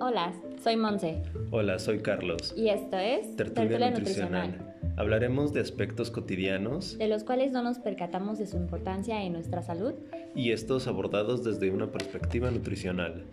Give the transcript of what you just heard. Hola, soy Monse Hola, soy Carlos. y esto es Tertulia, nutricional. Hablaremos de aspectos cotidianos de los cuales no nos percatamos de su importancia en nuestra salud. y estos abordados desde una perspectiva nutricional.